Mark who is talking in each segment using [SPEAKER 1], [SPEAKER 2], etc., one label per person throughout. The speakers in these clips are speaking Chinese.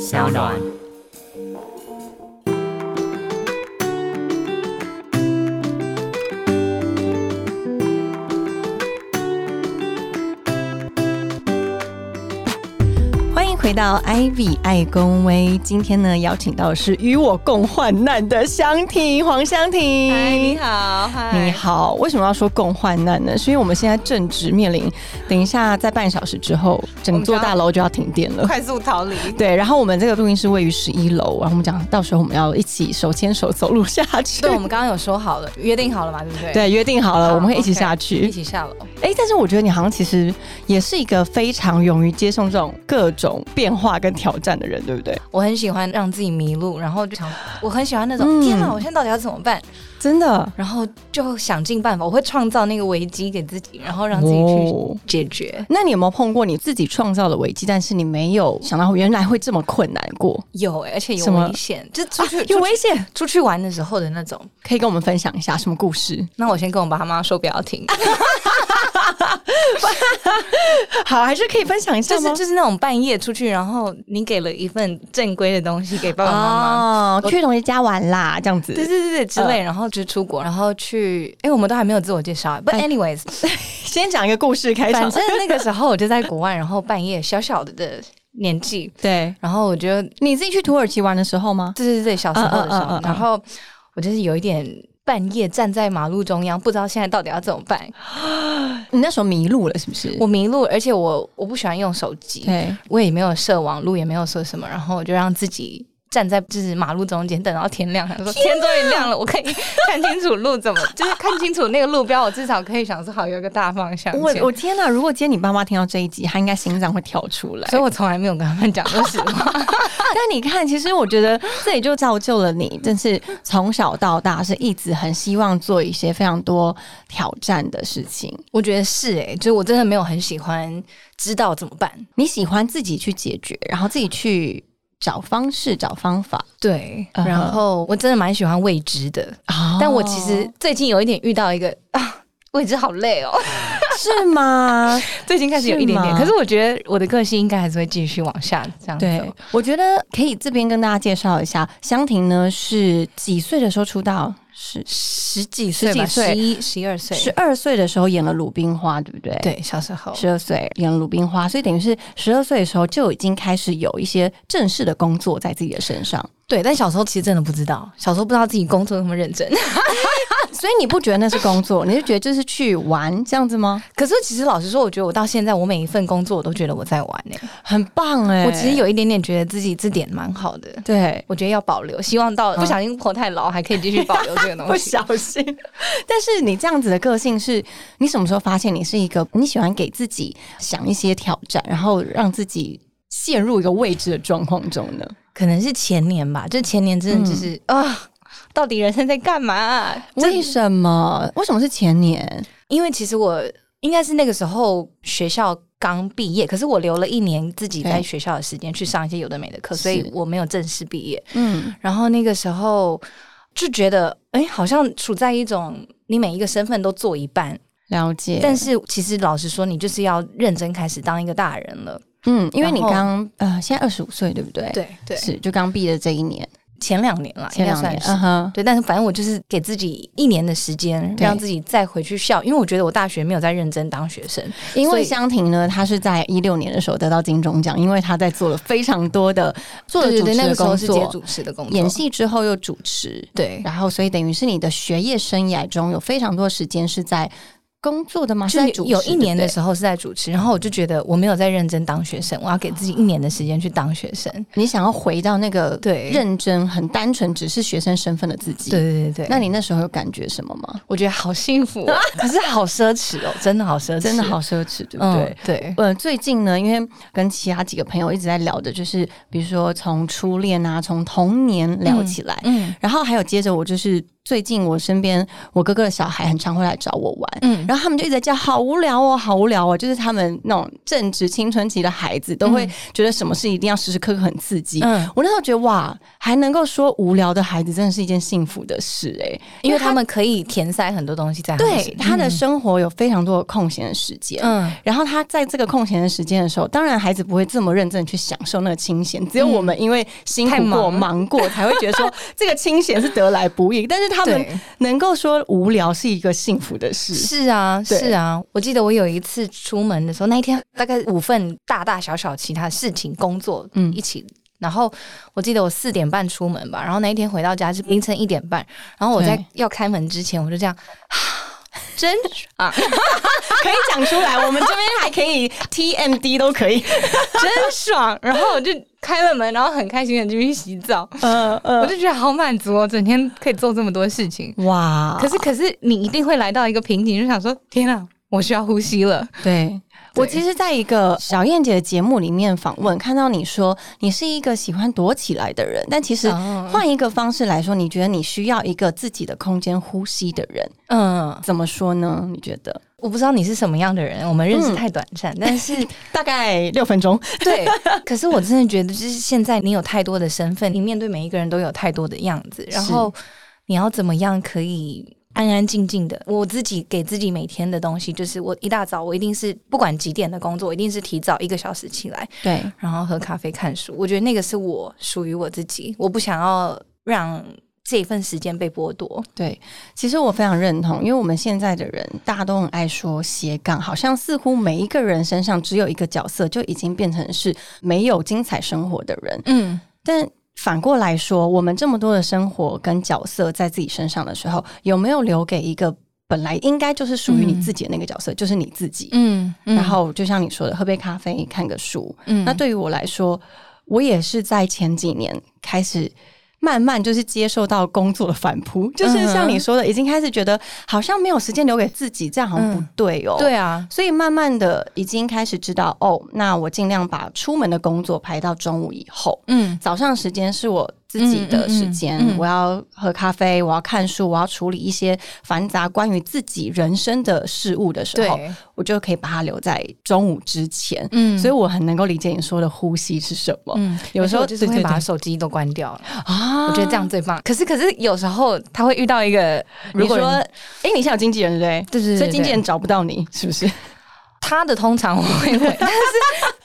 [SPEAKER 1] 小暖。
[SPEAKER 2] 欢迎回到 Ivy 爱公威，今天呢邀请到的是与我共患难的香婷黄香婷。
[SPEAKER 3] 嗨，你好，嗨，
[SPEAKER 2] 你好，为什么要说共患难呢？是因为我们现在正值面临，等一下在半小时之后，整座大楼就要停电了。
[SPEAKER 3] 快速逃离。
[SPEAKER 2] 对，然后我们这个录音室位于十一楼，然后我们讲到时候我们要一起手牵手走路下去。
[SPEAKER 3] 对，我们刚刚有说好了，约定好了嘛，对不 对？
[SPEAKER 2] 对约定好了，
[SPEAKER 3] 好
[SPEAKER 2] 我们会一起
[SPEAKER 3] OK，
[SPEAKER 2] 下去。
[SPEAKER 3] 一起下楼。
[SPEAKER 2] 哎、但是我觉得你好像其实也是一个非常勇于接受这种各种变化跟挑战的人，对不对？
[SPEAKER 3] 我很喜欢让自己迷路，然后就想，我很喜欢那
[SPEAKER 2] 嗯
[SPEAKER 3] 种，天哪，我现在到底要怎么办？
[SPEAKER 2] 真的，
[SPEAKER 3] 然后就想尽办法，我会创造那个危机给自己，然后让自己去
[SPEAKER 2] 哦
[SPEAKER 3] 解决。
[SPEAKER 2] 那你有没有碰过你自己创造的危机，但是你没有想到原来会这么困难过？
[SPEAKER 3] 有、而且有
[SPEAKER 2] 什么
[SPEAKER 3] 危险，就出去、
[SPEAKER 2] 啊有危险，
[SPEAKER 3] 出去玩的时候的那种。
[SPEAKER 2] 可以跟我们分享一下什么故事？
[SPEAKER 3] 那我先跟我爸妈说不要听，
[SPEAKER 2] 啊好，还是可以分享一下
[SPEAKER 3] 就
[SPEAKER 2] 吗
[SPEAKER 3] 是？就是那种半夜出去，然后你给了一份正规的东西给爸爸妈妈，
[SPEAKER 2] 哦，去同学家玩啦，这样子。
[SPEAKER 3] 对对对对，之
[SPEAKER 2] 嗯
[SPEAKER 3] 类，然后就出国，然后去，哎、我们都还没有自我介绍啊。But
[SPEAKER 2] 哎
[SPEAKER 3] anyways，
[SPEAKER 2] 先讲一个故事开
[SPEAKER 3] 反
[SPEAKER 2] 场。
[SPEAKER 3] 正那个时候我就在国外，然后半夜小小的的年纪，
[SPEAKER 2] 对，
[SPEAKER 3] 然后我觉得，
[SPEAKER 2] 你自己去土耳其玩的时候吗？
[SPEAKER 3] 对对对，小时候的时候，
[SPEAKER 2] 嗯嗯嗯嗯嗯
[SPEAKER 3] 然后我就是有一点半夜站在马路中央，不知道现在到底要怎么办，
[SPEAKER 2] 你那时候迷路了是不是？
[SPEAKER 3] 我迷路，而且我我不喜欢用手机，
[SPEAKER 2] 对，
[SPEAKER 3] 我也没有设网路，也没有说什么，然后我就让自己。站在就是马路中间，等到天亮，想说天终于亮了，我可以看清楚路怎么， 就是看清楚那个路标，我至少可以想说好有一个大方向这样。
[SPEAKER 2] 我我天哪！如果今天你爸妈听到这一集，他应该心脏会跳出来。
[SPEAKER 3] 所以我从来没有跟他们讲过实话。
[SPEAKER 2] 但你看，其实我觉得这也就造就了你，真是从小到大是一直很希望做一些非常多挑战的事情。
[SPEAKER 3] 我觉得是诶、就是我真的没有很喜欢知道怎么办。
[SPEAKER 2] 你喜欢自己去解决，然后自己去找方式、找方法。
[SPEAKER 3] 对哦
[SPEAKER 2] 嗯哼
[SPEAKER 3] 然后我真的蛮喜欢未知的，但我其实最近有一点遇到一个 啊。未知好累哦，
[SPEAKER 2] 是吗？
[SPEAKER 3] 最近开始有一点
[SPEAKER 2] 是
[SPEAKER 3] 点，
[SPEAKER 2] 吗
[SPEAKER 3] 可是我觉得我的个性应该还是会继续往下这样
[SPEAKER 2] 对
[SPEAKER 3] 走。，
[SPEAKER 2] 我觉得可以这边跟大家介绍一下，香婷呢是几岁的时候出道？是
[SPEAKER 3] 十几
[SPEAKER 2] 岁吧
[SPEAKER 3] 十一、十一二岁，
[SPEAKER 2] 十二岁的时候演了《鲁冰花》，对不对？。
[SPEAKER 3] 对，小时候。
[SPEAKER 2] 十二岁演了《鲁冰花》，所以等于是十二岁的时候就已经开始有一些正式的工作在自己的身上。
[SPEAKER 3] 对，但小时候其实真的不知道，小时候不知道自己工作那么认真。
[SPEAKER 2] 所以你不觉得那是工作，你是觉得就是去玩这样子吗？
[SPEAKER 3] 可是其实老实说，我觉得我到现在，我每一份工作我都觉得我在玩呢、
[SPEAKER 2] 很棒哎、
[SPEAKER 3] 我其实有一点点觉得自己这点蛮好的，
[SPEAKER 2] 对。
[SPEAKER 3] 我觉得要保留，希望到
[SPEAKER 2] 嗯
[SPEAKER 3] 不小心活太老还可以继续保留这个 东西。
[SPEAKER 2] 心， 但是你这样子的个性是，你什么时候发现你是一个你喜欢给自己想一些挑战，然后让自己陷入一个未知的状况中呢？
[SPEAKER 3] 可能是前年吧，就前年真的就是啊、到底人生在干嘛、啊？
[SPEAKER 2] 为
[SPEAKER 3] 这
[SPEAKER 2] 什么？为什么是前年？
[SPEAKER 3] 因为其实我应该是那个时候学校刚毕业，可是我留了一年自己在
[SPEAKER 2] 对
[SPEAKER 3] 学校的时间去上一些有的没的课，
[SPEAKER 2] 是
[SPEAKER 3] 所以我没有正式毕业。
[SPEAKER 2] 嗯，
[SPEAKER 3] 然后那个时候就觉得，哎、好像处在一种你每一个身份都做一半，
[SPEAKER 2] 了解。
[SPEAKER 3] 但是其实老实说，你就是要认真开始当一个大人了。
[SPEAKER 2] 嗯，因为你
[SPEAKER 3] 然后
[SPEAKER 2] 刚呃，现在二十五岁，对不对？，
[SPEAKER 3] 对对
[SPEAKER 2] 是就刚毕业的这一年，
[SPEAKER 3] 前两年啦，
[SPEAKER 2] 前两
[SPEAKER 3] 应该
[SPEAKER 2] 年，嗯
[SPEAKER 3] 算是。
[SPEAKER 2] 哼，
[SPEAKER 3] 对，但是反正我就是给自己一年的时间，
[SPEAKER 2] 对
[SPEAKER 3] 让自己再回去校，因为我觉得我大学没有在认真当学生。
[SPEAKER 2] 因
[SPEAKER 3] 所
[SPEAKER 2] 为
[SPEAKER 3] 以
[SPEAKER 2] 香婷呢，她是在一六年的时候得到金钟奖，因为她在做了非常多的做了
[SPEAKER 3] 对
[SPEAKER 2] 主
[SPEAKER 3] 对对，
[SPEAKER 2] 持
[SPEAKER 3] 那
[SPEAKER 2] 的
[SPEAKER 3] 个时候
[SPEAKER 2] 工
[SPEAKER 3] 是
[SPEAKER 2] 作，
[SPEAKER 3] 接主持的工作，
[SPEAKER 2] 演戏之后又主持，
[SPEAKER 3] 对，
[SPEAKER 2] 然后所以等于是你的学业生涯中有非常多时间是在工作的啊吗？是
[SPEAKER 3] 就
[SPEAKER 2] 在
[SPEAKER 3] 是
[SPEAKER 2] 主持
[SPEAKER 3] 有一年的时
[SPEAKER 2] 候，
[SPEAKER 3] 候是在主持，然后我就觉得我没有在认真当学生，我要给自己一年的时间去当学生。
[SPEAKER 2] 你想要回到那个
[SPEAKER 3] 对
[SPEAKER 2] 认真、很单纯，只是学生身份的自己。
[SPEAKER 3] 对，对对对，
[SPEAKER 2] 那你那时候有感觉什么吗？
[SPEAKER 3] 我觉得好幸福、 哦，可是好奢侈哦，真的好奢侈，
[SPEAKER 2] 真的好奢侈，对不
[SPEAKER 3] 嗯，
[SPEAKER 2] 对？
[SPEAKER 3] 对
[SPEAKER 2] 呃，最近呢，因为跟其他几个朋友一直在聊的，就是比如说从初恋啊，从童年聊起来，
[SPEAKER 3] 嗯，
[SPEAKER 2] 然后还有接着我就是最近我身边我哥哥的小孩很常会来找我玩，
[SPEAKER 3] 嗯
[SPEAKER 2] 然后他们就一直在叫好无聊哦，好无聊哦，就是他们那种正值青春期的孩子都会觉得什么事一定要时时刻刻很刺激。
[SPEAKER 3] 嗯，
[SPEAKER 2] 我那时候觉得哇，还能够说无聊的孩子真的是一件幸福的事哎、
[SPEAKER 3] 因为他们可以填塞很多东西在他们身
[SPEAKER 2] 对他的生活有非常多的空闲的时间。
[SPEAKER 3] 嗯，
[SPEAKER 2] 然后他在这个空闲的时间的时候，当然孩子不会这么认真地去享受那个清闲，只有我们因为辛苦
[SPEAKER 3] 太忙
[SPEAKER 2] 过、嗯
[SPEAKER 3] 了
[SPEAKER 2] 忙过，才会觉得说这个清闲是得来不易。但是他们
[SPEAKER 3] 对
[SPEAKER 2] 能够说无聊是一个幸福的事，
[SPEAKER 3] 是啊，
[SPEAKER 2] 对
[SPEAKER 3] 是啊，我记得我有一次出门的时候，那一天大概五份大大小小其他事情、工作，嗯，
[SPEAKER 2] 嗯
[SPEAKER 3] 一起。然后我记得我四点半出门吧，然后那一天回到家是凌晨一点半，然后我在
[SPEAKER 2] 对
[SPEAKER 3] 要开门之前，我就这样，真爽，
[SPEAKER 2] 啊 可以讲出来。我们这边还可以 TMD 都可以。
[SPEAKER 3] 真 爽。然后我就开了门，然后很开心的进去洗澡，
[SPEAKER 2] 呃
[SPEAKER 3] 我
[SPEAKER 2] 呃，
[SPEAKER 3] 就觉得好满足哦，整天可以做这么多事情。
[SPEAKER 2] 哇，
[SPEAKER 3] 可是，可是你一定会来到一个瓶颈，就想说：天啊，我需要呼吸了。
[SPEAKER 2] 对。我
[SPEAKER 3] 对
[SPEAKER 2] 其实，在一个小燕姐的节目里面访问，看到你说你是一个喜欢躲起来的人，但其实
[SPEAKER 3] 哦
[SPEAKER 2] 换一个方式来说，你觉得你需要一个自己的空间呼吸的人，
[SPEAKER 3] 嗯，
[SPEAKER 2] 怎么说呢？你觉得？
[SPEAKER 3] 我不知道你是什么样的人，我们认识
[SPEAKER 2] 嗯
[SPEAKER 3] 太短暂，但是
[SPEAKER 2] 大概六分钟，
[SPEAKER 3] 对，可是我真的觉得，就是现在你有太多的身份，你面对每一个人都有太多的样子，然后你要怎么样可以？安安静静的，我自己给自己每天的东西就是，我一大早我一定是不管几点的工作，我一定是提早一个小时起来，
[SPEAKER 2] 对，
[SPEAKER 3] 然后喝咖啡看书。我觉得那个是我属于我自己，我不想要让这份时间被剥夺。
[SPEAKER 2] 对，其实我非常认同，因为我们现在的人大家都很爱说斜杠，好像似乎每一个人身上只有一个角色，就已经变成是没有精彩生活的人。
[SPEAKER 3] 嗯，
[SPEAKER 2] 但反过来说，我们这么多的生活跟角色在自己身上的时候，有没有留给一个本来应该就是属于你自己的那个角色，就是你自己？
[SPEAKER 3] 嗯，
[SPEAKER 2] 然后就像你说的，喝杯咖啡，看个书。
[SPEAKER 3] 嗯
[SPEAKER 2] 那对于我来说，我也是在前几年开始。慢慢就是接受到工作的反扑，就是
[SPEAKER 3] 嗯
[SPEAKER 2] 像你说的，已经开始觉得好像没有时间留给自己，这样好像不对哦。
[SPEAKER 3] 嗯对啊，
[SPEAKER 2] 所以慢慢的已经开始知道哦，那我尽量把出门的工作排到中午以后。
[SPEAKER 3] 嗯
[SPEAKER 2] 早上时间是我自己的时间，
[SPEAKER 3] 嗯嗯嗯嗯
[SPEAKER 2] 我要喝咖啡，我要看书，我要处理一些繁杂关于自己人生的事物的时候，
[SPEAKER 3] 对，
[SPEAKER 2] 我就可以把它留在中午之前。
[SPEAKER 3] 嗯
[SPEAKER 2] 所以我很能够理解你说的呼吸是什么。
[SPEAKER 3] 嗯，
[SPEAKER 2] 有时候
[SPEAKER 3] 就是
[SPEAKER 2] 对
[SPEAKER 3] 会
[SPEAKER 2] 对
[SPEAKER 3] 把
[SPEAKER 2] 对
[SPEAKER 3] 手机都关掉，
[SPEAKER 2] 啊
[SPEAKER 3] 我觉得这样最棒。可是可是有时候他会遇到一个，如
[SPEAKER 2] 你
[SPEAKER 3] 果
[SPEAKER 2] 说，
[SPEAKER 3] 人
[SPEAKER 2] 哎，你现在有经纪人对不
[SPEAKER 3] 对对
[SPEAKER 2] 对？
[SPEAKER 3] 对，
[SPEAKER 2] 所以经纪
[SPEAKER 3] 对
[SPEAKER 2] 人找不到你，是不是？
[SPEAKER 3] 他的通常我会问， 但是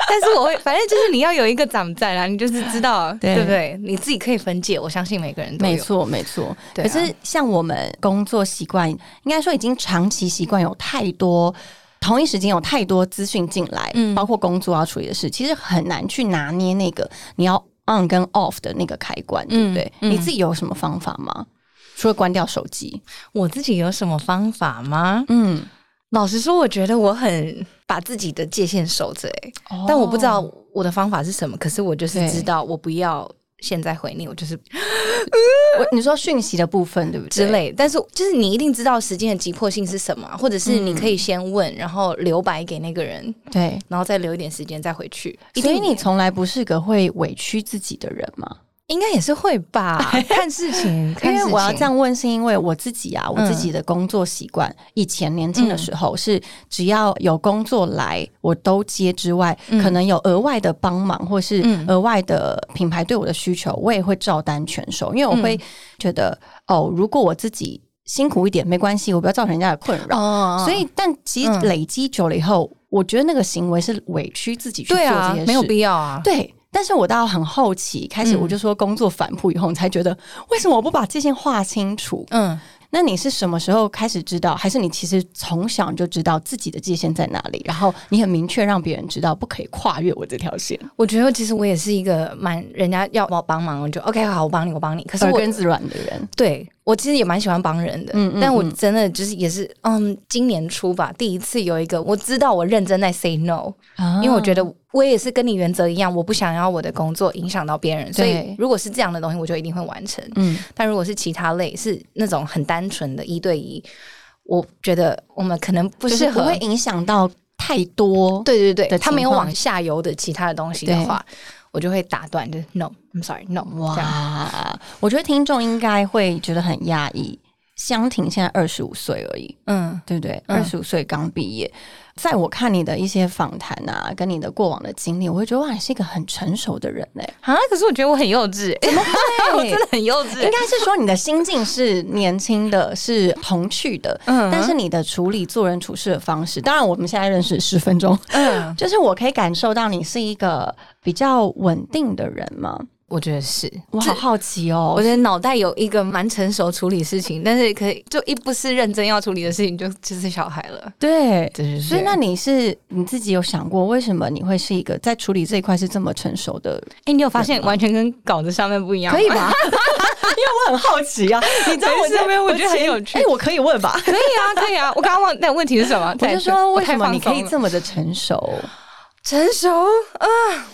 [SPEAKER 3] 但是我会，反正就是你要有一个长在啦，你就是知道
[SPEAKER 2] 对
[SPEAKER 3] 对不对？你自己可以分解，我相信每个人都有
[SPEAKER 2] 没，错，没错。
[SPEAKER 3] 对啊
[SPEAKER 2] 可是像我们工作习惯，应该说已经长期习惯有太多。同一时间有太多资讯进来，
[SPEAKER 3] 嗯
[SPEAKER 2] 包括工作要处理的事，其实很难去拿捏那个你要 on 跟 off 的那个开关，对不对？
[SPEAKER 3] 嗯嗯
[SPEAKER 2] 你自己有什么方法吗？除了关掉手机，
[SPEAKER 3] 我自己有什么方法吗？
[SPEAKER 2] 嗯，
[SPEAKER 3] 老实说，我觉得我很把自己的界限守着、欸，但我不知道我的方法是什么。可是我就是
[SPEAKER 2] 哦对
[SPEAKER 3] 知道，我不要现在回你，我就是
[SPEAKER 2] 我你说讯息的部分对不对？
[SPEAKER 3] 之类。但是就是你一定知道时间的急迫性是什么，或者是你可以先问，然后留白给那个人，
[SPEAKER 2] 对，
[SPEAKER 3] 然后再留一点时间再回去。
[SPEAKER 2] 所以
[SPEAKER 3] 一定
[SPEAKER 2] 你从来不是个会委屈自己的人吗？
[SPEAKER 3] 应该也是会 吧？看事情，
[SPEAKER 2] 因
[SPEAKER 3] 看事
[SPEAKER 2] 为
[SPEAKER 3] 情嗯
[SPEAKER 2] 我要这样问，是因为我自己啊，我自己的工作习惯，以前年轻的时候是只要有工作来，我都接之外，
[SPEAKER 3] 嗯
[SPEAKER 2] 可能有额外的帮忙或是
[SPEAKER 3] 嗯
[SPEAKER 2] 额外的品牌对我的需求，我也会照单全收，因为我
[SPEAKER 3] 嗯
[SPEAKER 2] 会觉得、哦，如果我自己辛苦一点没关系，我不要造成人家的困扰。
[SPEAKER 3] 哦
[SPEAKER 2] 所以，但其实
[SPEAKER 3] 嗯
[SPEAKER 2] 累积久了以后，我觉得那个行为是委屈自己去做
[SPEAKER 3] 对
[SPEAKER 2] 这
[SPEAKER 3] 啊
[SPEAKER 2] 些事，，
[SPEAKER 3] 没有必要啊。
[SPEAKER 2] 对，但是我到很后期开始，
[SPEAKER 3] 嗯
[SPEAKER 2] 我就说工作反扑以后，你才觉得为什么我不把界限划清楚？
[SPEAKER 3] 嗯，
[SPEAKER 2] 那你是什么时候开始知道？还是你其实从小就知道自己的界限在哪里，然后你很明确让别人知道不可以跨越我这条线，
[SPEAKER 3] 我觉得其实我也是一个蛮人家要我帮忙，我就 OK 好，我帮你，我帮你。可是
[SPEAKER 2] 耳
[SPEAKER 3] 我
[SPEAKER 2] 根子软的人？
[SPEAKER 3] 对我其实也蛮喜欢帮人的，
[SPEAKER 2] 嗯嗯
[SPEAKER 3] 但我
[SPEAKER 2] 嗯
[SPEAKER 3] 真的就是也是，嗯，今年初吧，第一次有一个我知道我认真在 say no，、
[SPEAKER 2] 啊
[SPEAKER 3] 因为我觉得我也是跟你原则一样，我不想要我的工作影响到别人，所以
[SPEAKER 2] 对
[SPEAKER 3] 如果是这样的东西，我就一定会完成。
[SPEAKER 2] 嗯，
[SPEAKER 3] 但如果是其他类，是那种很单纯的一对一，我觉得我们可能不
[SPEAKER 2] 不
[SPEAKER 3] 适
[SPEAKER 2] 是不
[SPEAKER 3] 合
[SPEAKER 2] 会。影响到太多。
[SPEAKER 3] 对对对，
[SPEAKER 2] 的
[SPEAKER 3] 他没有
[SPEAKER 2] 情况
[SPEAKER 3] 往下游的其他的东西的
[SPEAKER 2] 对
[SPEAKER 3] 话，我就会打断，就是 no，I'm sorry，no，这样。
[SPEAKER 2] 哇，我觉得听众应该会觉得很压抑，江婷现在二十五岁而已，
[SPEAKER 3] 嗯
[SPEAKER 2] 对不对？
[SPEAKER 3] 嗯
[SPEAKER 2] 二十五岁刚毕业，在我看你的一些访谈啊，跟你的过往的经历，我会觉得哇，你是一个很成熟的人哎、
[SPEAKER 3] 啊，可是我觉得我很幼 稚、欸，我真的很幼稚、
[SPEAKER 2] 应该是说你的心境是年轻的，是童趣的，
[SPEAKER 3] 嗯
[SPEAKER 2] 但是你的处理做人处事的方式，当然我们现在认识十分钟，
[SPEAKER 3] 嗯，
[SPEAKER 2] 就是我可以感受到你是一个比较稳定的人嘛。
[SPEAKER 3] 我觉得是，
[SPEAKER 2] 我好好奇哦
[SPEAKER 3] 我，觉得脑袋有一个蛮成熟处理事情，但是可以就一不是认真要处理的事情，就就是小孩了。
[SPEAKER 2] 对，
[SPEAKER 3] 对
[SPEAKER 2] 所以那你是你自己有想过，为什么你会是一个在处理这一块是这么成熟的？
[SPEAKER 3] 哎、你有发现完全跟稿子上面不一样吗？
[SPEAKER 2] 可以 吧？ 因为我很好奇 啊，你知道我
[SPEAKER 3] 没事
[SPEAKER 2] 这边
[SPEAKER 3] 我觉得很
[SPEAKER 2] 前
[SPEAKER 3] 有趣
[SPEAKER 2] 哎、我可以问吧？
[SPEAKER 3] 可以啊，可以啊。我刚刚忘那问题是什么？
[SPEAKER 2] 我就说，为什么你可
[SPEAKER 3] 可
[SPEAKER 2] 以
[SPEAKER 3] 以
[SPEAKER 2] 这么的成熟？
[SPEAKER 3] 成熟啊？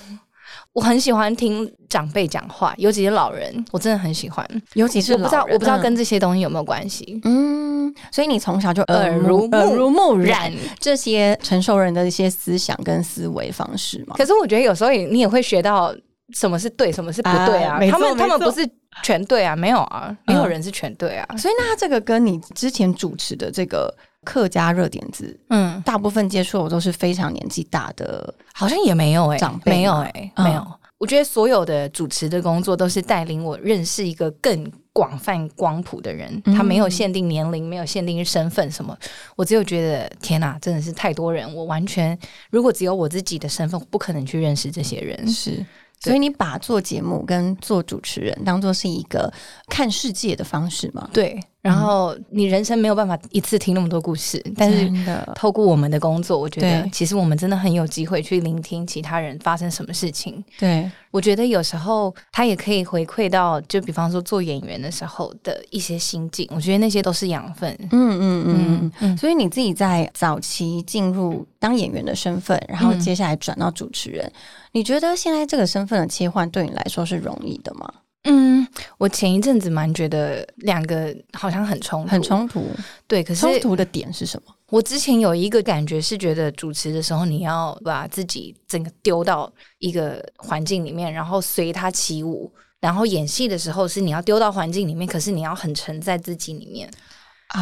[SPEAKER 3] 我很喜欢听长辈讲话，尤其是老人，我真的很喜欢。
[SPEAKER 2] 尤其是
[SPEAKER 3] 我不知道
[SPEAKER 2] 老，人
[SPEAKER 3] 我不知道
[SPEAKER 2] 嗯
[SPEAKER 3] 跟这些东西有没有关系。
[SPEAKER 2] 嗯，所以你从小就耳濡
[SPEAKER 3] 耳
[SPEAKER 2] 耳濡
[SPEAKER 3] 濡
[SPEAKER 2] 目染
[SPEAKER 3] 染，
[SPEAKER 2] 这些成熟人的一些思想跟思维方式嘛。
[SPEAKER 3] 可是我觉得有时候也你也会学到什么是对，什么是不对啊。
[SPEAKER 2] 啊没错
[SPEAKER 3] 他们
[SPEAKER 2] 没
[SPEAKER 3] 他
[SPEAKER 2] 错
[SPEAKER 3] 们不是全对啊，没有啊，没有人是全对啊。
[SPEAKER 2] 所以那他这个跟你之前主持的这个客家热点子，
[SPEAKER 3] 嗯，
[SPEAKER 2] 大部分接触的都是非常年纪大的，
[SPEAKER 3] 好像也没有哎、
[SPEAKER 2] 长辈嘛
[SPEAKER 3] 没有哎、
[SPEAKER 2] 嗯
[SPEAKER 3] 没有。我觉得所有的主持的工作都是带领我认识一个更广泛光谱的人，
[SPEAKER 2] 嗯
[SPEAKER 3] 他没有限定年龄，没有限定身份什么。我只有觉得天哪，真的是太多人，我完全如果只有我自己的身份，我不可能去认识这些人。
[SPEAKER 2] 嗯是。所以你把做节目跟做主持人当做是一个看世界的方式嘛？
[SPEAKER 3] 对，然后
[SPEAKER 2] 嗯
[SPEAKER 3] 你人生没有办法一次听那么多故事，但是
[SPEAKER 2] 真的，
[SPEAKER 3] 透过我们的工作，我觉得
[SPEAKER 2] 嗯对
[SPEAKER 3] 其实我们真的很有机会去聆听其他人发生什么事情。
[SPEAKER 2] 对，
[SPEAKER 3] 我觉得有时候他也可以回馈到，就比方说做演员的时候的一些心境，我觉得那些都是养分。
[SPEAKER 2] 嗯嗯嗯嗯。
[SPEAKER 3] 嗯，
[SPEAKER 2] 所以你自己在早期进入当演员的身份，然后
[SPEAKER 3] 嗯
[SPEAKER 2] 接下来转到主持人，你觉得现在这个身份的切换对你来说是容易的吗？
[SPEAKER 3] 嗯，我前一阵子蛮觉得两个好像很冲突，
[SPEAKER 2] 很冲突，
[SPEAKER 3] 对，可是
[SPEAKER 2] 冲突的点是什么？
[SPEAKER 3] 我之前有一个感觉是，觉得主持的时候你要把自己整个丢到一个环境里面，然后随它起舞；然后演戏的时候是你要丢到环境里面，可是你要很沉在自己里面。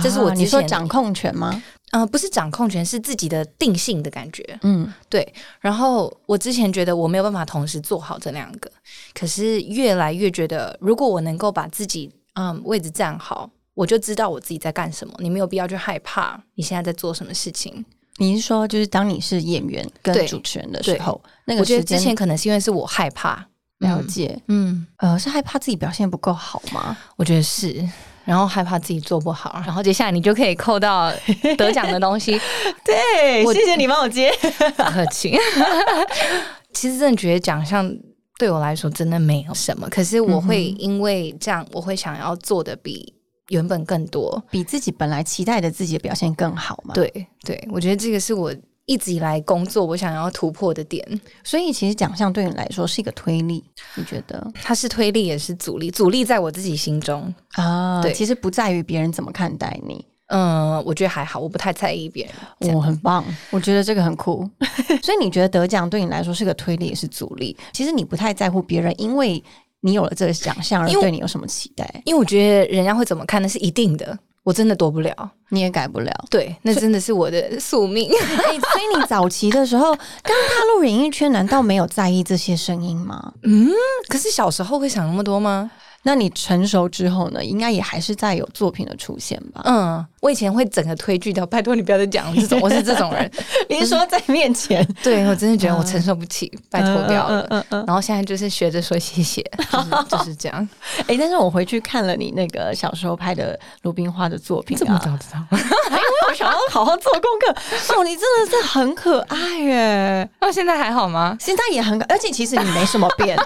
[SPEAKER 3] 这是我
[SPEAKER 2] 啊
[SPEAKER 3] 之
[SPEAKER 2] 你说
[SPEAKER 3] 前
[SPEAKER 2] 掌控权吗？
[SPEAKER 3] 呃，不是掌控权，是自己的定性的感觉。
[SPEAKER 2] 嗯，
[SPEAKER 3] 对。然后我之前觉得我没有办法同时做好这两个，可是越来越觉得，如果我能够把自己嗯位置站好。我就知道我自己在干什么，你没有必要去害怕你现在在做什么事情。
[SPEAKER 2] 你是说就是当你是演员跟
[SPEAKER 3] 对
[SPEAKER 2] 主持人的时候，那
[SPEAKER 3] 我
[SPEAKER 2] 个
[SPEAKER 3] 觉得
[SPEAKER 2] 时
[SPEAKER 3] 之
[SPEAKER 2] 间
[SPEAKER 3] 前可能是因为是我害怕，
[SPEAKER 2] 了解，
[SPEAKER 3] 嗯，
[SPEAKER 2] 呃，是害怕自己表现不够好吗？
[SPEAKER 3] 我觉得是，然后害怕自己做不好，然后接下来你就可以扣到得奖的东西，
[SPEAKER 2] 对
[SPEAKER 3] 我
[SPEAKER 2] 谢你帮我 接。
[SPEAKER 3] 不客 气。其实真的觉得奖项对我来说真的没有什么，可是我会
[SPEAKER 2] 嗯
[SPEAKER 3] 因为这样，我会想要做的比原本更多。
[SPEAKER 2] 比自己本来期待的自己的表现更好嘛？，
[SPEAKER 3] 对对，我觉得这个是我一直以来工作我想要突破的点，
[SPEAKER 2] 所以其实奖项对你来说是一个推力，你觉得
[SPEAKER 3] 它是推力也是阻力，阻力在我自己心中。
[SPEAKER 2] 啊？
[SPEAKER 3] 对
[SPEAKER 2] 其实不在于别人怎么看待你，哦
[SPEAKER 3] 嗯，我觉得还好，我不太在意别人。这样
[SPEAKER 2] 我很棒，我觉得这个很 酷。所以你觉得得奖对你来说是个推力，也是阻力？其实你不太在乎别人，因为你有了这个奖项而
[SPEAKER 3] 因为
[SPEAKER 2] 对你有什么期待，
[SPEAKER 3] 因为我觉得人家会怎么看那是一定的，我真的躲不了。
[SPEAKER 2] 你也改不了。
[SPEAKER 3] 对，那真的是我的宿命。
[SPEAKER 2] 哎、所以你早期的时候刚踏入演艺圈，难道没有在意这些声音吗？
[SPEAKER 3] 可是小时候会想那么多吗？
[SPEAKER 2] 那你成熟之后呢，应该也还是在有作品的出现吧？
[SPEAKER 3] 嗯，我以前会整个推拒掉，拜托你不要再讲了这种，我是这种 人。
[SPEAKER 2] 你说在面前，
[SPEAKER 3] 对我真的觉得我承受不起，拜托不要了。
[SPEAKER 2] 嗯嗯
[SPEAKER 3] 然后现在就是学着说谢谢， 就是就是这样。
[SPEAKER 2] 哎、但是我回去看了你那个小时候拍的鲁冰花的作品、啊，
[SPEAKER 3] 知 道？
[SPEAKER 2] 我想要好好做功课。哦，你真的是很可爱耶，
[SPEAKER 3] 那现在还好吗？
[SPEAKER 2] 现在也很可，而且其实你没什么变， 真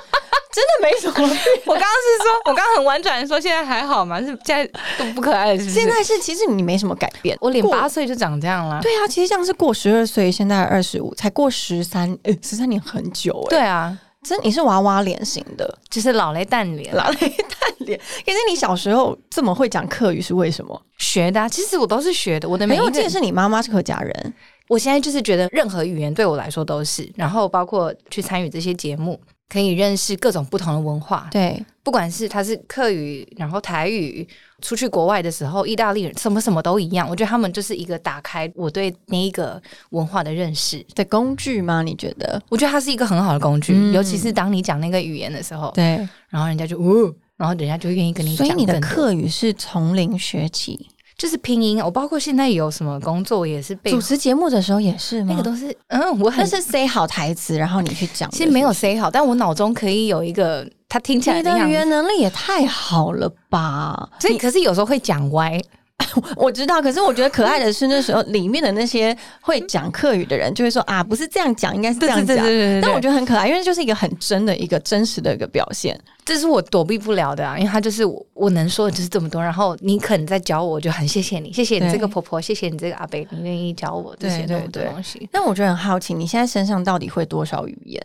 [SPEAKER 2] 的没什么变。
[SPEAKER 3] 我刚刚是 说，我刚刚很婉转的说现在还好吗？是现在都不可爱了，是不是？
[SPEAKER 2] 现在是其实你没什么改变，
[SPEAKER 3] 我脸
[SPEAKER 2] 过
[SPEAKER 3] 八岁就长这样了。
[SPEAKER 2] 对啊，其实像是过十二岁，现在二十五，才过十三，呃，十三年很久哎、
[SPEAKER 3] 对啊，
[SPEAKER 2] 真你是娃娃脸型的，
[SPEAKER 3] 就是老泪蛋脸。
[SPEAKER 2] 老雷蛋脸。可是你小时候这么会讲客语是为什么？
[SPEAKER 3] 学的、啊，其实我都是学的。我的每
[SPEAKER 2] 没有，
[SPEAKER 3] 一个
[SPEAKER 2] 这，是你妈妈是客家人，
[SPEAKER 3] 我现在就是觉得任何语言对我来说都是，然后包括去参与这些节目。可以认识各种不同的文化，
[SPEAKER 2] 对，
[SPEAKER 3] 不管是他是客语，然后台语，出去国外的时候，意大利人什么什么都一样。我觉得他们就是一个打开我对那一个文化的认识。
[SPEAKER 2] 的工具吗？你觉得？
[SPEAKER 3] 我觉得它是一个很好的工具，
[SPEAKER 2] 嗯
[SPEAKER 3] 尤其是当你讲那个语言的时候，
[SPEAKER 2] 对，
[SPEAKER 3] 然后人家就哦，然后人家就愿意跟你
[SPEAKER 2] 所
[SPEAKER 3] 讲
[SPEAKER 2] 以
[SPEAKER 3] 更
[SPEAKER 2] 你的
[SPEAKER 3] 多。
[SPEAKER 2] 课语是从零学起，
[SPEAKER 3] 就是拼音，我包括现在有什么工作也是被
[SPEAKER 2] 主持节目的时候也是吗？
[SPEAKER 3] 那个都是嗯，我很
[SPEAKER 2] 那是 say 好台词，然后你去讲的。
[SPEAKER 3] 其实没有 say 好，但我脑中可以有一个它听起来
[SPEAKER 2] 你
[SPEAKER 3] 的
[SPEAKER 2] 的
[SPEAKER 3] 样
[SPEAKER 2] 语
[SPEAKER 3] 子。
[SPEAKER 2] 言能力也太好了吧！
[SPEAKER 3] 所以可是有时候会讲歪，
[SPEAKER 2] 我知道，可是我觉得可爱的是，那时候里面的那些会讲客语的人就会说啊，不是这样讲，应该是这样讲。
[SPEAKER 3] 对
[SPEAKER 2] 但
[SPEAKER 3] 但我
[SPEAKER 2] 我
[SPEAKER 3] 觉
[SPEAKER 2] 觉
[SPEAKER 3] 得
[SPEAKER 2] 得很可爱，因为就是一个很真的一个真实的一个表现。
[SPEAKER 3] 这是我躲避不了的啊，因为它就是我我能说的就是这么多，然后你肯再教我，我就很谢谢你，谢谢你
[SPEAKER 2] 对
[SPEAKER 3] 这个婆婆，谢谢你这个阿伯，你愿意教我这些
[SPEAKER 2] 对
[SPEAKER 3] 那
[SPEAKER 2] 对
[SPEAKER 3] 么多
[SPEAKER 2] 对
[SPEAKER 3] 东西。
[SPEAKER 2] 但我觉得很好奇，你现在身上到底会多少语言？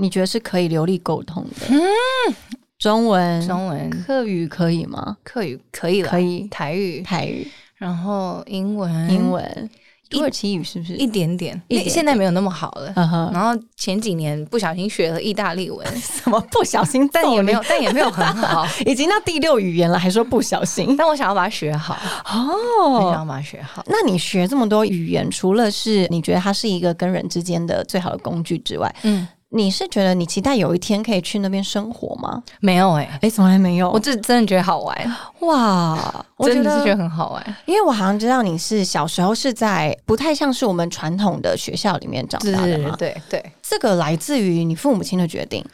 [SPEAKER 2] 你觉得是可以流利沟通的？嗯，中文、
[SPEAKER 3] 中文、
[SPEAKER 2] 客语可以吗？
[SPEAKER 3] 客语可以了，
[SPEAKER 2] 可以
[SPEAKER 3] 台语，
[SPEAKER 2] 台语、
[SPEAKER 3] 然后英文，
[SPEAKER 2] 英文、土耳其语是不是？
[SPEAKER 3] 一点点，
[SPEAKER 2] 嗯一点点
[SPEAKER 3] 现在没有那么好了。
[SPEAKER 2] 嗯哼，
[SPEAKER 3] 然后前几年不小心学了意 大利文，
[SPEAKER 2] 怎么不小 心？
[SPEAKER 3] 但也没有，但也没有很好。
[SPEAKER 2] 已经到第六语言了，还说不小心
[SPEAKER 3] 但我想要把它学好，我想
[SPEAKER 2] 哦。
[SPEAKER 3] 要把它学好。
[SPEAKER 2] 那你学这么多语言，除了是你觉得它是一个跟人之间的最好的工具之外，
[SPEAKER 3] 嗯，
[SPEAKER 2] 你是觉得你期待有一天可以去那边生活吗？
[SPEAKER 3] 没有哎、
[SPEAKER 2] 哎、从来没有
[SPEAKER 3] 我这真的觉得好玩，
[SPEAKER 2] 哇，我
[SPEAKER 3] 真
[SPEAKER 2] 觉
[SPEAKER 3] 的是觉
[SPEAKER 2] 得，
[SPEAKER 3] 得很好玩。
[SPEAKER 2] 因为我好像知道你是小时候是在不太像是我们传统的学校里面长
[SPEAKER 3] 对
[SPEAKER 2] 大的
[SPEAKER 3] 对
[SPEAKER 2] 嘛，
[SPEAKER 3] 对对，
[SPEAKER 2] 这个来自于你父母亲的决定。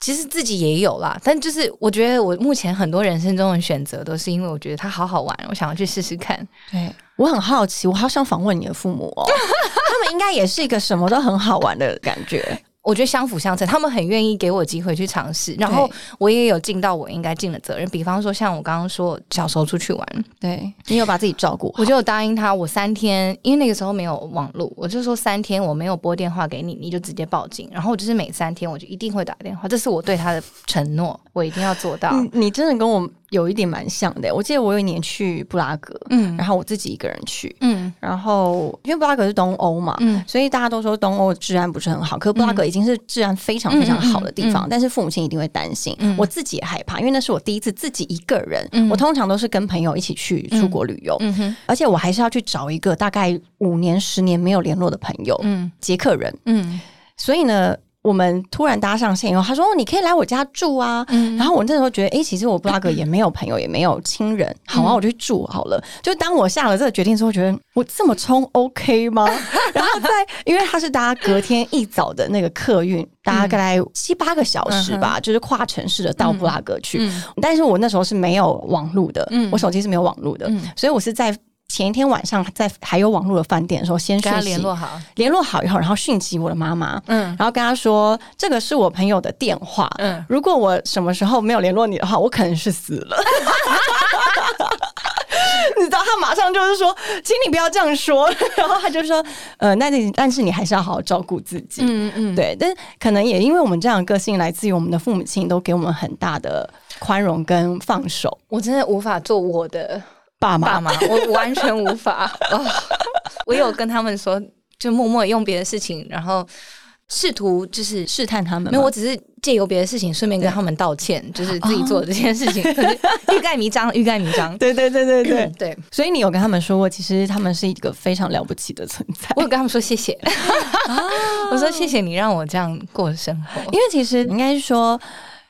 [SPEAKER 3] 其实自己也有啦，但就是我觉得我目前很多人生中的选择都是因为我觉得它好好玩，我想要去试试看。
[SPEAKER 2] 对我很好奇，我好想访问你的父母 哦，他们应该也是一个什么都很好玩的感觉。
[SPEAKER 3] 我觉得相辅相成，他们很愿意给我机会去尝试，然后
[SPEAKER 2] 对
[SPEAKER 3] 我也有尽到我应该尽的责任。比方说，像我刚刚说，小时候出去玩，
[SPEAKER 2] 对你有把自己照顾好
[SPEAKER 3] 我，就有答应他，我三天，因为那个时候没有网络，我就说三天我没有拨电话给你，你就直接报警。然后我就是每三天我就一定会打电话，这是我对他的承诺，我一定要做到。
[SPEAKER 2] 嗯你你真的跟我有一点蛮像的。我记得我有一年去布拉格，
[SPEAKER 3] 嗯
[SPEAKER 2] 然后我自己一个人去，
[SPEAKER 3] 嗯
[SPEAKER 2] 然后因为布拉格是东欧嘛，
[SPEAKER 3] 嗯
[SPEAKER 2] 所以大家都说东欧治安不是很好，可布拉格已经是治安非常非常好的
[SPEAKER 3] 嗯
[SPEAKER 2] 地方，但是父母亲一定会担心。我自己也害怕，因为那是我第一次自己一个人，我通常都是跟朋友一起去出国旅游，
[SPEAKER 3] 嗯哼
[SPEAKER 2] 而且我还是要去找一个大概五年、十年没有联络的朋友，
[SPEAKER 3] 嗯
[SPEAKER 2] 捷克人。
[SPEAKER 3] 嗯
[SPEAKER 2] 所以呢，我们突然搭上线以后，他说：“哦，你可以来我家住啊。
[SPEAKER 3] 嗯
[SPEAKER 2] 然后我那时候觉得，诶，其实我布拉格也没有朋友，也没有亲人，好
[SPEAKER 3] 嗯
[SPEAKER 2] 啊，我就去住好了。就当我下了这个决定之后，觉得我这么冲 OK 吗？ 然后在因为他是搭隔天一早的那个客运，搭大概七八个小时吧，就是跨城市的到布拉格去。
[SPEAKER 3] 嗯
[SPEAKER 2] 但是我那时候是没有网路的，
[SPEAKER 3] 嗯
[SPEAKER 2] 我手机是没有网路的，
[SPEAKER 3] 嗯
[SPEAKER 2] 所以我是在前一天晚上在还有网路的饭店的时候，先
[SPEAKER 3] 跟
[SPEAKER 2] 讯
[SPEAKER 3] 他
[SPEAKER 2] 息
[SPEAKER 3] 联络好。
[SPEAKER 2] 联络好以后，然后讯息我的妈妈，
[SPEAKER 3] 嗯
[SPEAKER 2] 然后跟他说：“这个是我朋友的电话，
[SPEAKER 3] 嗯
[SPEAKER 2] 如果我什么时候没有联络你的话，我可能是死了。” 你知道，他马上就是说：“请你不要这样说。” 然后他就说：“呃，那你但是你还是要好好照顾自己。
[SPEAKER 3] 嗯嗯，
[SPEAKER 2] 对，但可能也因为我们这样的个性，来自于我们的父母亲都给我们很大的宽容跟放手。
[SPEAKER 3] 我真的无法做我的
[SPEAKER 2] 爸妈，
[SPEAKER 3] 爸妈，我完全无法。哦我有跟他们说，就默默用别的事情，然后试图就是
[SPEAKER 2] 试探他们吗，
[SPEAKER 3] 没有，我只是借由别的事情，顺便跟他们道歉，就是自己做的这件事情，可是欲盖弥彰，欲盖弥彰。。
[SPEAKER 2] 对对对对对
[SPEAKER 3] 对，
[SPEAKER 2] 所以你有跟他们说过，其实他们是一个非常了不起的存在。
[SPEAKER 3] 我有跟他们说谢谢，我说谢谢你让我这样过生活。
[SPEAKER 2] 因为其实应该是说，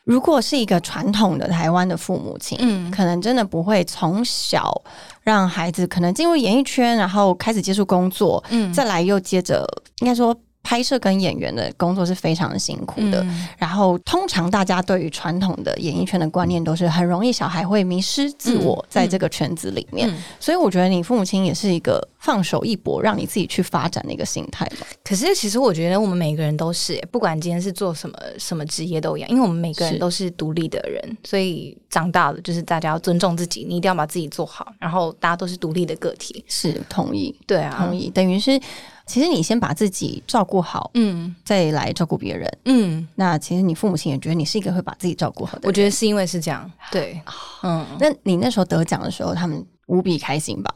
[SPEAKER 2] 如果是一个传统的台湾的父母亲，
[SPEAKER 3] 嗯
[SPEAKER 2] 可能真的不会从小让孩子可能进入演艺圈，然后开始接触工作，
[SPEAKER 3] 嗯
[SPEAKER 2] 再来又接着应该说。拍摄跟演员的工作是非常辛苦的，
[SPEAKER 3] 嗯
[SPEAKER 2] 然后通常大家对于传统的演艺圈的观念都是很容易小孩会迷失自我
[SPEAKER 3] 嗯
[SPEAKER 2] 在这个圈子里面，
[SPEAKER 3] 嗯
[SPEAKER 2] 所以我觉得你父母亲也是一个放手一搏，让你自己去发展的一个心态嘛。
[SPEAKER 3] 可是其实我觉得我们每个人都是，不管今天是做什么什么职业都一样，因为我们每个人
[SPEAKER 2] 是
[SPEAKER 3] 都是独立的人，所以长大了就是大家要尊重自己，你一定要把自己做好，然后大家都是独立的个体。
[SPEAKER 2] 是，同意。
[SPEAKER 3] 对啊
[SPEAKER 2] 同，意，等于是其实你先把自己照顾好，
[SPEAKER 3] 嗯
[SPEAKER 2] 再来照顾别人。
[SPEAKER 3] 嗯，
[SPEAKER 2] 那其实你父母亲也觉得你是一个会把自己照顾好的
[SPEAKER 3] 我
[SPEAKER 2] 人。
[SPEAKER 3] 觉得是因为是这样，对，嗯。
[SPEAKER 2] 那你那时候得奖的时候，他们无比开心吧？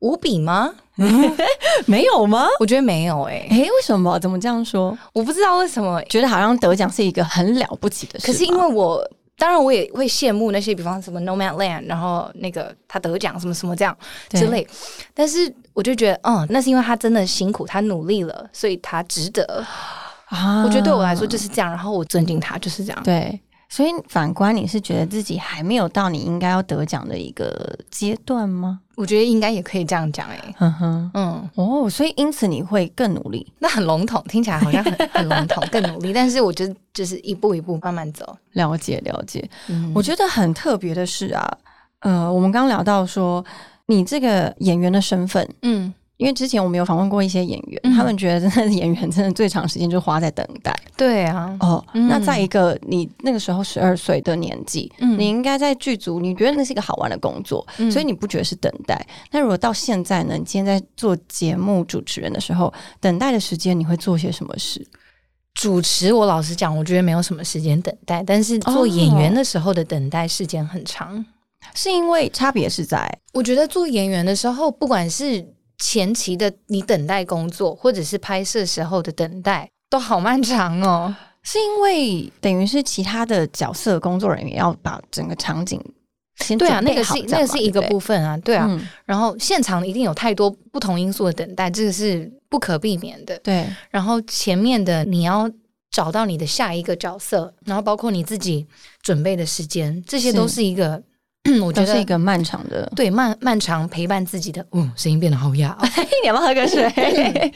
[SPEAKER 3] 五笔吗？
[SPEAKER 2] 没有吗？
[SPEAKER 3] 我觉得没有诶、
[SPEAKER 2] 哎、为什么？怎么这样说？
[SPEAKER 3] 我不知道为什么。
[SPEAKER 2] 觉得好像得奖是一个很了不起的事吧。
[SPEAKER 3] 可是因为我，当然我也会羡慕那些，比方什么 Nomad Land，然后那个他得奖什么什么这样
[SPEAKER 2] 对
[SPEAKER 3] 之类。但是我就觉得，嗯，那是因为他真的辛苦，他努力了，所以他值得。
[SPEAKER 2] 啊
[SPEAKER 3] 我觉得对我来说就是这样，然后我尊敬他就是这样。
[SPEAKER 2] 对，所以反观你是觉得自己还没有到你应该要得奖的一个阶段吗？
[SPEAKER 3] 我觉得应该也可以这样讲诶、哎
[SPEAKER 2] 哼哼，
[SPEAKER 3] 嗯，
[SPEAKER 2] 哦，所以因此你会更努力。
[SPEAKER 3] 那很笼统，听起来好像很很 笼统，更努力。但是我觉得就是一步一步慢慢走。
[SPEAKER 2] 了解了解，
[SPEAKER 3] 嗯，
[SPEAKER 2] 我觉得很特别的是啊，呃，我们刚聊到说你这个演员的身份，
[SPEAKER 3] 嗯，
[SPEAKER 2] 因为之前我们有访问过一些演员，
[SPEAKER 3] 嗯
[SPEAKER 2] 他们觉得真的演员真的最长时间就花在等待。
[SPEAKER 3] 对啊，
[SPEAKER 2] 哦，
[SPEAKER 3] 嗯
[SPEAKER 2] 那在一个你那个时候十二岁的年纪，
[SPEAKER 3] 嗯
[SPEAKER 2] 你应该在剧组，你觉得那是一个好玩的工作，
[SPEAKER 3] 嗯
[SPEAKER 2] 所以你不觉得是等待？那如果到现在呢？你今天在做节目主持人的时候，等待的时间你会做些什么事？
[SPEAKER 3] 主持，我老实讲，我觉得没有什么时间等待，但是做演员的时候的等待时间很长。
[SPEAKER 2] 是因为差别是在
[SPEAKER 3] 我觉得做演员的时候，不管是前期的你等待工作，或者是拍摄时候的等待，都好漫长 哦。
[SPEAKER 2] 是因为等于是其他的角色工作人员要把整个场景先
[SPEAKER 3] 对啊，
[SPEAKER 2] 准
[SPEAKER 3] 那
[SPEAKER 2] 备
[SPEAKER 3] 个
[SPEAKER 2] 好
[SPEAKER 3] 是
[SPEAKER 2] 这
[SPEAKER 3] 那
[SPEAKER 2] 样
[SPEAKER 3] 个
[SPEAKER 2] 嘛
[SPEAKER 3] 是一个
[SPEAKER 2] 对
[SPEAKER 3] 部
[SPEAKER 2] 不
[SPEAKER 3] 分啊，对
[SPEAKER 2] 对
[SPEAKER 3] 啊。
[SPEAKER 2] 嗯
[SPEAKER 3] 然后现场一定有太多不同因素的等待，这个是不可避免的。
[SPEAKER 2] 对，
[SPEAKER 3] 然后前面的你要找到你的下一个角色，然后包括你自己准备的时间，这些
[SPEAKER 2] 是
[SPEAKER 3] 都是一个， 我觉
[SPEAKER 2] 都
[SPEAKER 3] 得
[SPEAKER 2] 是一个漫长 的。
[SPEAKER 3] 对漫漫长陪伴自己的，嗯，声音变得好哑、 哦，
[SPEAKER 2] 你要不要喝个 水？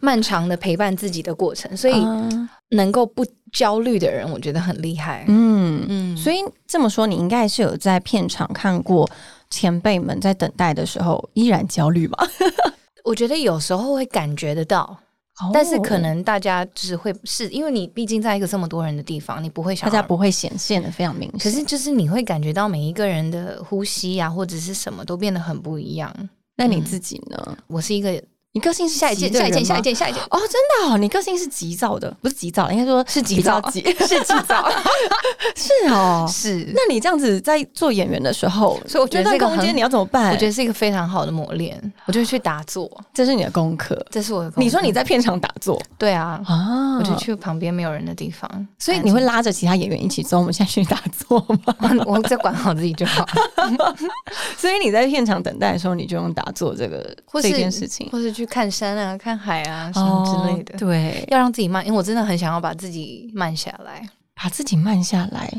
[SPEAKER 3] 漫长的陪伴自己的过程，所以
[SPEAKER 2] 啊
[SPEAKER 3] 能够不焦虑的人，我觉得很厉害。
[SPEAKER 2] 嗯。
[SPEAKER 3] 嗯，
[SPEAKER 2] 所以这么说，你应该是有在片场看过前辈们在等待的时候依然焦虑吧？
[SPEAKER 3] 我觉得有时候会感觉得到，
[SPEAKER 2] 哦
[SPEAKER 3] 但是可能大家就是会是因为你毕竟在一个这么多人的地方，你不会
[SPEAKER 2] 大
[SPEAKER 3] 想
[SPEAKER 2] 家
[SPEAKER 3] 要
[SPEAKER 2] 不会显现的非常明显。
[SPEAKER 3] 可是，就是你会感觉到每一个人的呼吸呀、或者是什么都变得很不一样。
[SPEAKER 2] 那你自己呢？
[SPEAKER 3] 我是一个
[SPEAKER 2] 嗯你个性是
[SPEAKER 3] 下一
[SPEAKER 2] 急
[SPEAKER 3] 件，
[SPEAKER 2] 的
[SPEAKER 3] 下一件，
[SPEAKER 2] 人吗
[SPEAKER 3] 下一件，下一件，
[SPEAKER 2] 哦，真的哦，你个性是急躁的，不是急躁，应该说
[SPEAKER 3] 是急
[SPEAKER 2] 比较
[SPEAKER 3] 躁
[SPEAKER 2] 急，
[SPEAKER 3] 是急躁，
[SPEAKER 2] 是哦。
[SPEAKER 3] 是。
[SPEAKER 2] 那你这样子在做演员的时候，
[SPEAKER 3] 所以我觉得
[SPEAKER 2] 那
[SPEAKER 3] 这个
[SPEAKER 2] 段空间
[SPEAKER 3] 很
[SPEAKER 2] 你要怎么办？
[SPEAKER 3] 我觉得是一个非常好的磨练，我就去打坐，
[SPEAKER 2] 这是你的功课。
[SPEAKER 3] 这是我的功课。
[SPEAKER 2] 你说你在片场打坐
[SPEAKER 3] 对啊，
[SPEAKER 2] 啊
[SPEAKER 3] 我就去旁边没有人的地方，
[SPEAKER 2] 所以你会拉着其他演员一起走，我们现在去打坐吗？
[SPEAKER 3] 安 静，我只管好自己就好，
[SPEAKER 2] 所以你在现场等待的时候，你就用打坐这个
[SPEAKER 3] 或 是
[SPEAKER 2] 这件事情
[SPEAKER 3] 或是去看山啊、看海啊什么之类的，
[SPEAKER 2] 哦对，
[SPEAKER 3] 要让自己慢，因为我真的很想要把自己慢下来，
[SPEAKER 2] 把自己慢下来。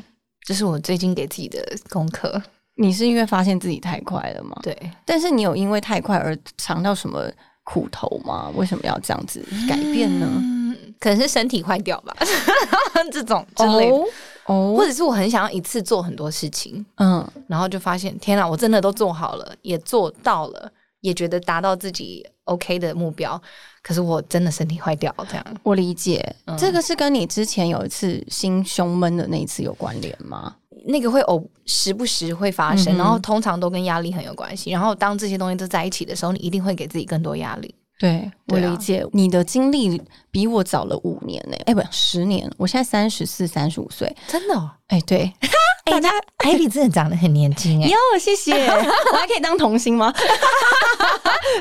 [SPEAKER 3] 这是我最近给自己的功课。
[SPEAKER 2] 你是因为发现自己太快了吗？
[SPEAKER 3] 对，
[SPEAKER 2] 但是你有因为太快而尝到什么苦头吗？为什么要这样子改变呢？
[SPEAKER 3] 嗯，可能是身体坏掉吧， 这种之类的，
[SPEAKER 2] 哦，
[SPEAKER 3] 或者是我很想要一次做很多事情，
[SPEAKER 2] 嗯，
[SPEAKER 3] 然后就发现天哪，我真的都做好了，也做到了，也觉得达到自己 OK 的目标，可是我真的身体坏掉，这样
[SPEAKER 2] 我理解，
[SPEAKER 3] 嗯
[SPEAKER 2] 这个是跟你之前有一次心胸闷的那一次有关联吗？
[SPEAKER 3] 那个会偶时不时会发生，
[SPEAKER 2] 嗯哼
[SPEAKER 3] 然后通常都跟压力很有关系，然后当这些东西都在一起的时候，你一定会给自己更多压力。
[SPEAKER 2] 对，我
[SPEAKER 3] 对啊
[SPEAKER 2] 理解。你的经历比我早了五年呢、哎、不，十年。我现在三十四、三十五岁。
[SPEAKER 3] 真的、哦，
[SPEAKER 2] 哎、对，
[SPEAKER 3] 哎、那艾莉真的长得很年轻哎、
[SPEAKER 2] 哟，谢谢， 我还可以当童星吗？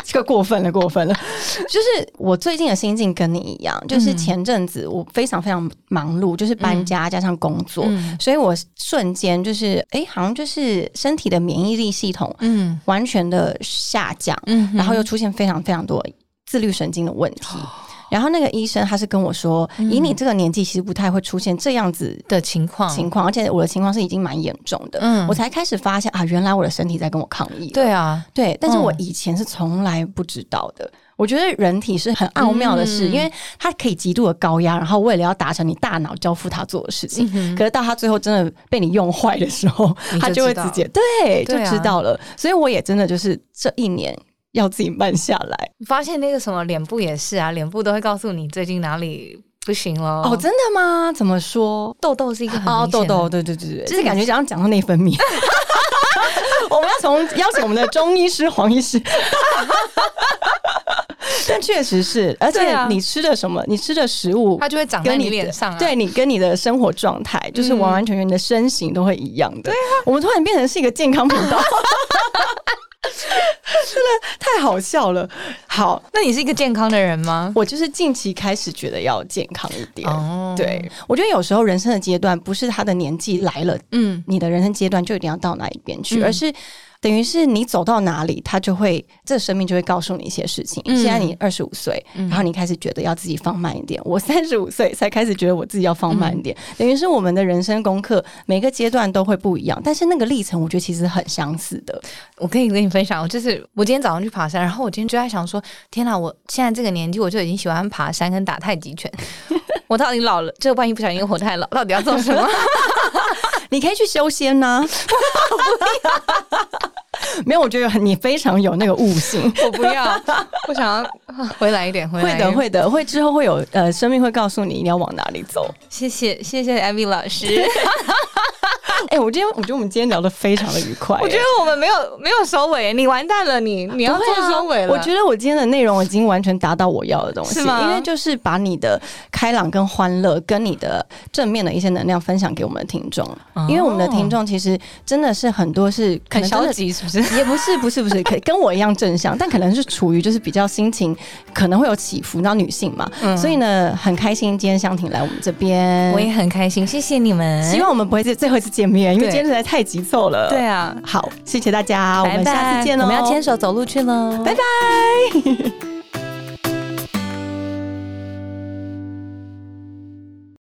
[SPEAKER 2] 这个过分了，过分了。就是我最近的心境跟你一样，就是前阵子我非常非常忙碌，就是搬家加上工作，
[SPEAKER 3] 嗯
[SPEAKER 2] 所以我瞬间就是，哎、好像就是身体的免疫力系统
[SPEAKER 3] 嗯
[SPEAKER 2] 完全的下降，
[SPEAKER 3] 嗯
[SPEAKER 2] 然后又出现非常非常多自律神经的问题。然后那个医生他是跟我说，以你这个年纪，其实不太会出现这样子
[SPEAKER 3] 的情况，
[SPEAKER 2] 情况，而且我的情况是已经蛮严重的，
[SPEAKER 3] 嗯
[SPEAKER 2] 我才开始发现啊，原来我的身体在跟我抗议。
[SPEAKER 3] 对啊，
[SPEAKER 2] 对，但是
[SPEAKER 3] 嗯
[SPEAKER 2] 我以前是从来不知道的。我觉得人体是很奥妙的事，
[SPEAKER 3] 嗯
[SPEAKER 2] 因为它可以极度的高压，然后为了要达成你大脑交付它做的事情，可是到它最后真的被你用坏的时候，
[SPEAKER 3] 嗯你就
[SPEAKER 2] 它就会
[SPEAKER 3] 知道
[SPEAKER 2] 直接对就
[SPEAKER 3] 对啊
[SPEAKER 2] 知道了。所以我也真的就是这一年要自己慢下来。
[SPEAKER 3] 发现那个什么脸部也是啊，脸部都会告诉你最近哪里不行了。
[SPEAKER 2] 哦，真的吗？怎么说？
[SPEAKER 3] 痘痘是一个很
[SPEAKER 2] 哦，
[SPEAKER 3] 明显
[SPEAKER 2] 豆
[SPEAKER 3] 的
[SPEAKER 2] 豆，，对对对对，
[SPEAKER 3] 就是
[SPEAKER 2] 就是感觉想讲到内分 泌。我们要从邀请我们的中医师黄医师， 但确实是，而
[SPEAKER 3] 对
[SPEAKER 2] 且
[SPEAKER 3] 啊
[SPEAKER 2] 你吃的什么，你吃的食物
[SPEAKER 3] 它就会长在
[SPEAKER 2] 跟
[SPEAKER 3] 你
[SPEAKER 2] 的
[SPEAKER 3] 脸上啊。嗯
[SPEAKER 2] 对你跟你的生活状态，就是完
[SPEAKER 3] 啊
[SPEAKER 2] 完全全你的身形都会一样的。我们突然变成是一个健康频道，太好笑了。好，
[SPEAKER 3] 那你是一个健康的人吗？
[SPEAKER 2] 我就是近期开始觉得要健康一点。
[SPEAKER 3] 哦，
[SPEAKER 2] 对，嗯我觉得有时候人生的阶段不是他的年纪来了，
[SPEAKER 3] 嗯，
[SPEAKER 2] 你的人生阶段就一定要到哪一边去，
[SPEAKER 3] 嗯
[SPEAKER 2] 而是等于是你走到哪里，他就会这生命就会告诉你一些事情。
[SPEAKER 3] 嗯
[SPEAKER 2] 现在你二十五岁，
[SPEAKER 3] 嗯
[SPEAKER 2] 然后你开始觉得要自己放慢一点。我三十五岁才开始觉得我自己要放慢一点，
[SPEAKER 3] 嗯
[SPEAKER 2] 等于是我们的人生功课每个阶段都会不一样，但是那个历程我觉得其实很相似 的。
[SPEAKER 3] 我可以跟你分享，我就是我今天早上去爬山，然后我今天就在想说，天哪，我现在这个年纪，我就已经喜欢爬山跟打太极拳， 我到底老了，这万一不小心活太老，到底要做什 么？
[SPEAKER 2] 你可以去修仙呐、 没有，我觉得你非常有那个悟性。
[SPEAKER 3] 我不要，我想要啊回来一点，回
[SPEAKER 2] 会
[SPEAKER 3] 来
[SPEAKER 2] 的，
[SPEAKER 3] 一点。
[SPEAKER 2] 会的，会之后会有呃，生命会告诉你你要往哪里走。
[SPEAKER 3] 谢谢谢谢艾米老师，
[SPEAKER 2] 哎、我今天我觉得我们今天聊得非常的愉快、 哎
[SPEAKER 3] 我觉得我们没有没有收尾，你完蛋了，你你
[SPEAKER 2] 你
[SPEAKER 3] 要做收尾了。
[SPEAKER 2] 我觉得我今天的内容已经完全达到我要的东西，
[SPEAKER 3] 是吗
[SPEAKER 2] 因为就是把你的开朗跟欢乐，跟你的正面的一些能量分享给我们的听众。
[SPEAKER 3] 哦
[SPEAKER 2] 因为我们的听众其实真的是很多是可
[SPEAKER 3] 很
[SPEAKER 2] 能真
[SPEAKER 3] 消
[SPEAKER 2] 的
[SPEAKER 3] 极是不是？
[SPEAKER 2] 也不是，不是，不是，可跟我一样正向，但可能是处于就是比较心情可能会有起伏，然后女性嘛，
[SPEAKER 3] 嗯
[SPEAKER 2] 所以呢，很开心今天香婷来我们这边，
[SPEAKER 3] 我也很开心，谢谢你们。
[SPEAKER 2] 希望我们不会是最后一次见面，因为
[SPEAKER 3] 对
[SPEAKER 2] 今天实在太急凑了。
[SPEAKER 3] 对，啊，
[SPEAKER 2] 好，谢谢大家，我
[SPEAKER 3] 拜
[SPEAKER 2] 们
[SPEAKER 3] 拜
[SPEAKER 2] 下次见喽，哦
[SPEAKER 3] 我们要牵手走路去喽，
[SPEAKER 2] 拜拜。